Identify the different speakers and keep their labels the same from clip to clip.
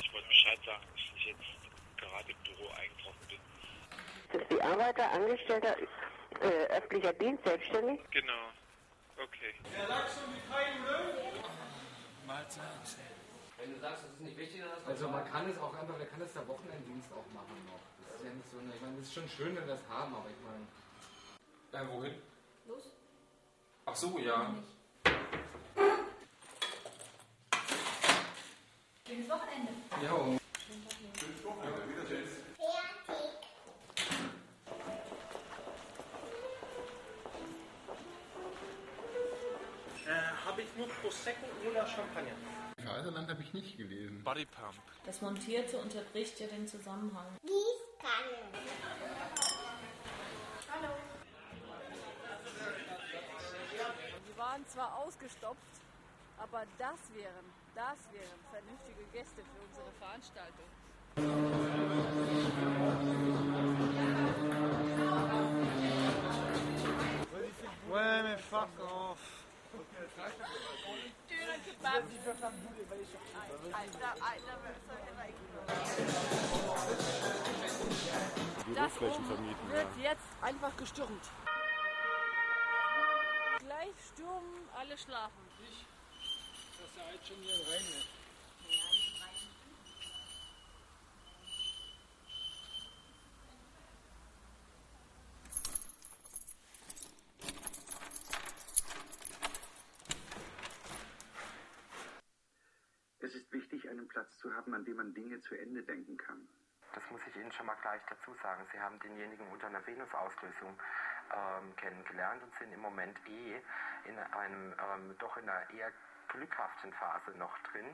Speaker 1: Ich wollte Bescheid sagen, dass ich jetzt gerade im Büro eingetroffen bin.
Speaker 2: Sind Sie Arbeiter, Angestellter, äh, öffentlicher Dienst, selbstständig?
Speaker 1: Genau. Okay.
Speaker 3: Wenn du sagst, das ist nicht wichtig, dann hast du Also man kann es auch einfach, wer kann es der Wochenenddienst auch machen noch. Das ist ja nicht so eine, ich meine, das ist schon schön, wenn wir das haben, aber ich meine.
Speaker 4: Äh, wohin? Los. Ach so, ja.
Speaker 5: Schönes Wochenende.
Speaker 4: Jo.
Speaker 6: habe Äh, ich nur Prosecco oder Champagner.
Speaker 7: Kaiserland habe ich nicht gelesen.
Speaker 1: Body Pump.
Speaker 8: Das Montierte unterbricht ja den Zusammenhang.
Speaker 9: Die waren zwar ausgestopft, aber das wären, das wären vernünftige Gäste für unsere Veranstaltung.
Speaker 6: Ouais, mais fuck off.
Speaker 9: Das oben wird jetzt einfach gestürmt. Gleich stürmen, alle schlafen.
Speaker 10: Es ist wichtig, einen Platz zu haben, an dem man Dinge zu Ende denken kann.
Speaker 3: Das muss ich Ihnen schon mal gleich dazu sagen. Sie haben denjenigen unter einer Venusauslösung ähm, kennengelernt und sind im Moment eh in einem, ähm, doch in einer eher glückhaften Phase noch drin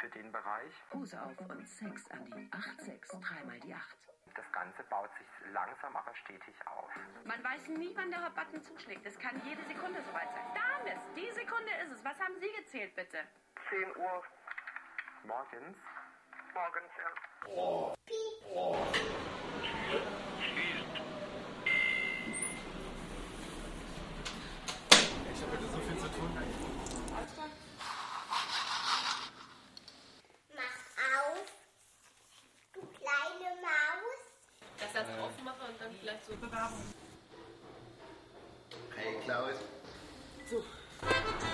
Speaker 3: für den Bereich.
Speaker 11: Hose auf und Sex an die 8, 6, 3 mal die 8.
Speaker 3: Das Ganze baut sich langsam aber stetig auf.
Speaker 5: Man weiß nie, wann der Button zuschlägt. Es kann jede Sekunde soweit sein. Da ist, die Sekunde ist es. Was haben Sie gezählt, bitte?
Speaker 2: 10 Uhr
Speaker 3: Morgens
Speaker 2: morgens, ja.
Speaker 10: Mach auf, du kleine Maus.
Speaker 8: Dass er es aufmache und dann vielleicht so.
Speaker 7: Hey Klaus.
Speaker 9: Wer